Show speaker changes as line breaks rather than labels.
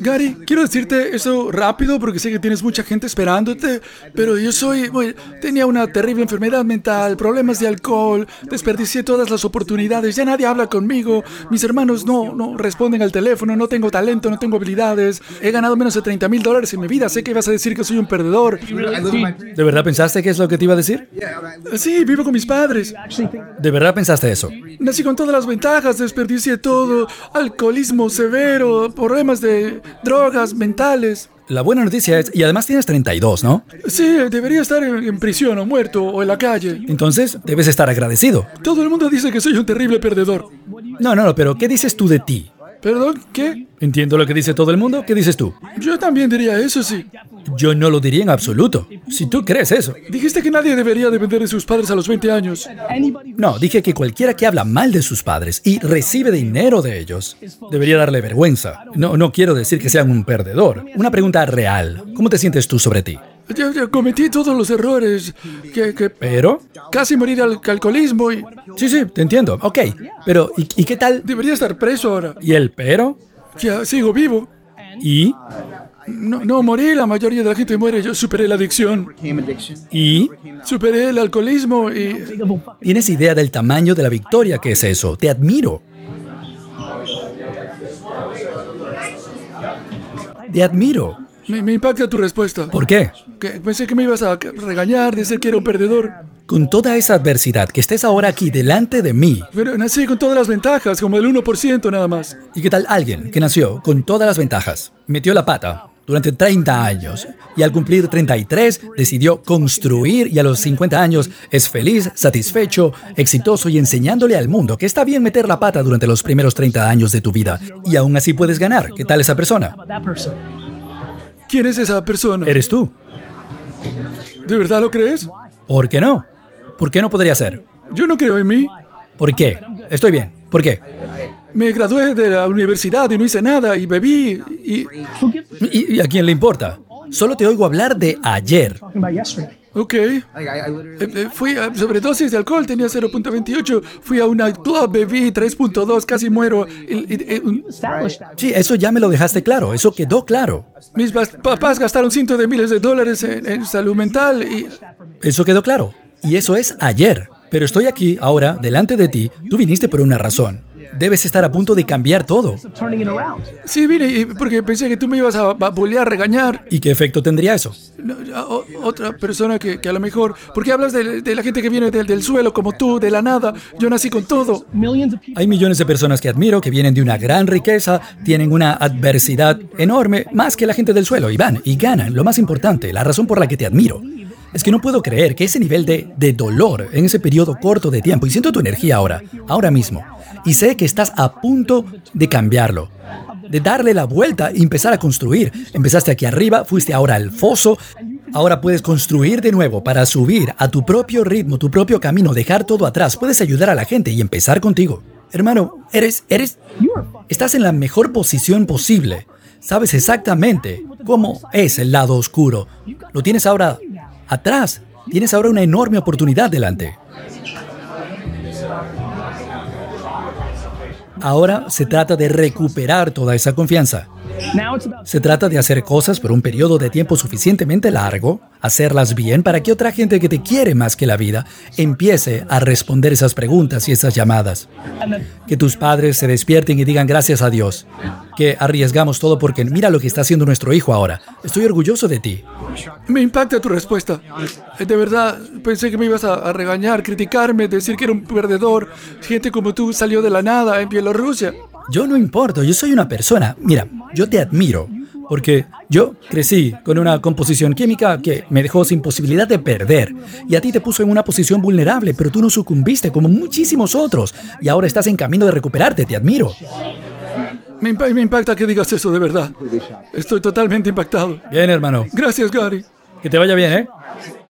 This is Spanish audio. Gary, quiero decirte eso rápido porque sé que tienes mucha gente esperándote, pero yo soy, bueno, tenía una terrible enfermedad mental, problemas de alcohol, desperdicié todas las oportunidades, ya nadie habla conmigo, mis hermanos no, no responden al teléfono, no tengo talento, no tengo habilidades, he ganado menos de 30 mil dólares en mi vida, sé que ibas a decir que soy un perdedor.
¿De verdad pensaste que es lo que te iba a decir?
Sí, vivo con mis padres.
¿De verdad pensaste eso?
Nací con todas las ventajas, desperdicié todo, alcoholismo severo, problemas de drogas mentales.
La buena noticia es, y además tienes 32, ¿no?
Sí, debería estar en, en, prisión o muerto o en la calle.
Entonces, debes estar agradecido.
Todo el mundo dice que soy un terrible perdedor.
No, no, no, pero ¿qué dices tú de ti?
¿Perdón? ¿Qué?
Entiendo lo que dice todo el mundo. ¿Qué dices tú?
Yo también diría eso, sí.
Yo no lo diría en absoluto. Si tú crees eso.
Dijiste que nadie debería depender de sus padres a los 20 años.
No, dije que cualquiera que habla mal de sus padres y recibe dinero de ellos debería darle vergüenza. No, no quiero decir que sean un perdedor. Una pregunta real. ¿Cómo te sientes tú sobre ti?
Yo, yo, cometí todos los errores que, que
¿Pero?
Casi morir al alcoholismo y...
Sí, sí, te entiendo. Ok, pero ¿y, ¿y, qué tal?
Debería estar preso ahora.
¿Y el pero?
Ya sigo vivo.
¿Y?
No, no morí, la mayoría de la gente muere. Yo superé la adicción.
¿Y?
Superé el alcoholismo y...
¿Tienes idea del tamaño de la victoria que es eso? Te admiro. Te admiro.
Me, me, impacta tu respuesta.
¿Por qué?
Que pensé que me ibas a regañar, decir que era un perdedor.
Con toda esa adversidad, que estés ahora aquí delante de mí.
Pero nací con todas las ventajas, como el 1% nada más.
¿Y qué tal alguien que nació con todas las ventajas? Metió la pata durante 30 años y al cumplir 33 decidió construir y a los 50 años es feliz, satisfecho, exitoso y enseñándole al mundo que está bien meter la pata durante los primeros 30 años de tu vida y aún así puedes ganar. ¿Qué tal esa persona?
¿Quién es esa persona?
Eres tú.
¿De verdad lo crees?
¿Por qué no? ¿Por qué no podría ser?
Yo no creo en mí.
¿Por qué? Estoy bien. ¿Por qué?
Me gradué de la universidad y no hice nada y bebí y...
¿Y, y a quién le importa? Solo te oigo hablar de ayer.
Ok. Eh, fui a sobredosis de alcohol, tenía 0.28. Fui a una club, bebí 3.2, casi muero. Y, y, y,
sí, eso ya me lo dejaste claro, eso quedó claro.
Mis papás gastaron cientos de miles de dólares en, en salud mental y...
Eso quedó claro. Y eso es ayer. Pero estoy aquí, ahora, delante de ti. Tú viniste por una razón debes estar a punto de cambiar todo.
Sí, vine porque pensé que tú me ibas a bullear, regañar.
¿Y qué efecto tendría eso?
No, o, otra persona que, que, a lo mejor... ¿Por qué hablas de, de la gente que viene del, del, suelo como tú, de la nada? Yo nací con todo.
Hay millones de personas que admiro, que vienen de una gran riqueza, tienen una adversidad enorme, más que la gente del suelo, y van y ganan. Lo más importante, la razón por la que te admiro. Es que no puedo creer que ese nivel de, de dolor en ese periodo corto de tiempo, y siento tu energía ahora, ahora mismo, y sé que estás a punto de cambiarlo, de darle la vuelta y empezar a construir. Empezaste aquí arriba, fuiste ahora al foso, ahora puedes construir de nuevo para subir a tu propio ritmo, tu propio camino, dejar todo atrás, puedes ayudar a la gente y empezar contigo. Hermano, eres, eres, estás en la mejor posición posible. Sabes exactamente cómo es el lado oscuro. Lo tienes ahora atrás. Tienes ahora una enorme oportunidad delante. Ahora se trata de recuperar toda esa confianza. Se trata de hacer cosas por un periodo de tiempo suficientemente largo, hacerlas bien para que otra gente que te quiere más que la vida empiece a responder esas preguntas y esas llamadas. Que tus padres se despierten y digan gracias a Dios. Que arriesgamos todo porque mira lo que está haciendo nuestro hijo ahora. Estoy orgulloso de ti.
Me impacta tu respuesta. Eh, De verdad, pensé que me ibas a, regañar, criticarme, decir que era un perdedor. Gente como tú salió de la nada en Bielorrusia.
Yo no importo, yo soy una persona. Mira, yo te admiro. Porque yo crecí con una composición química que me dejó sin posibilidad de perder. Y a ti te puso en una posición vulnerable, pero tú no sucumbiste como muchísimos otros. Y ahora estás en camino de recuperarte, te admiro.
Me, impa me, impacta que digas eso de verdad. Estoy totalmente impactado.
Bien, hermano.
Gracias, Gary.
Que te vaya bien, ¿eh?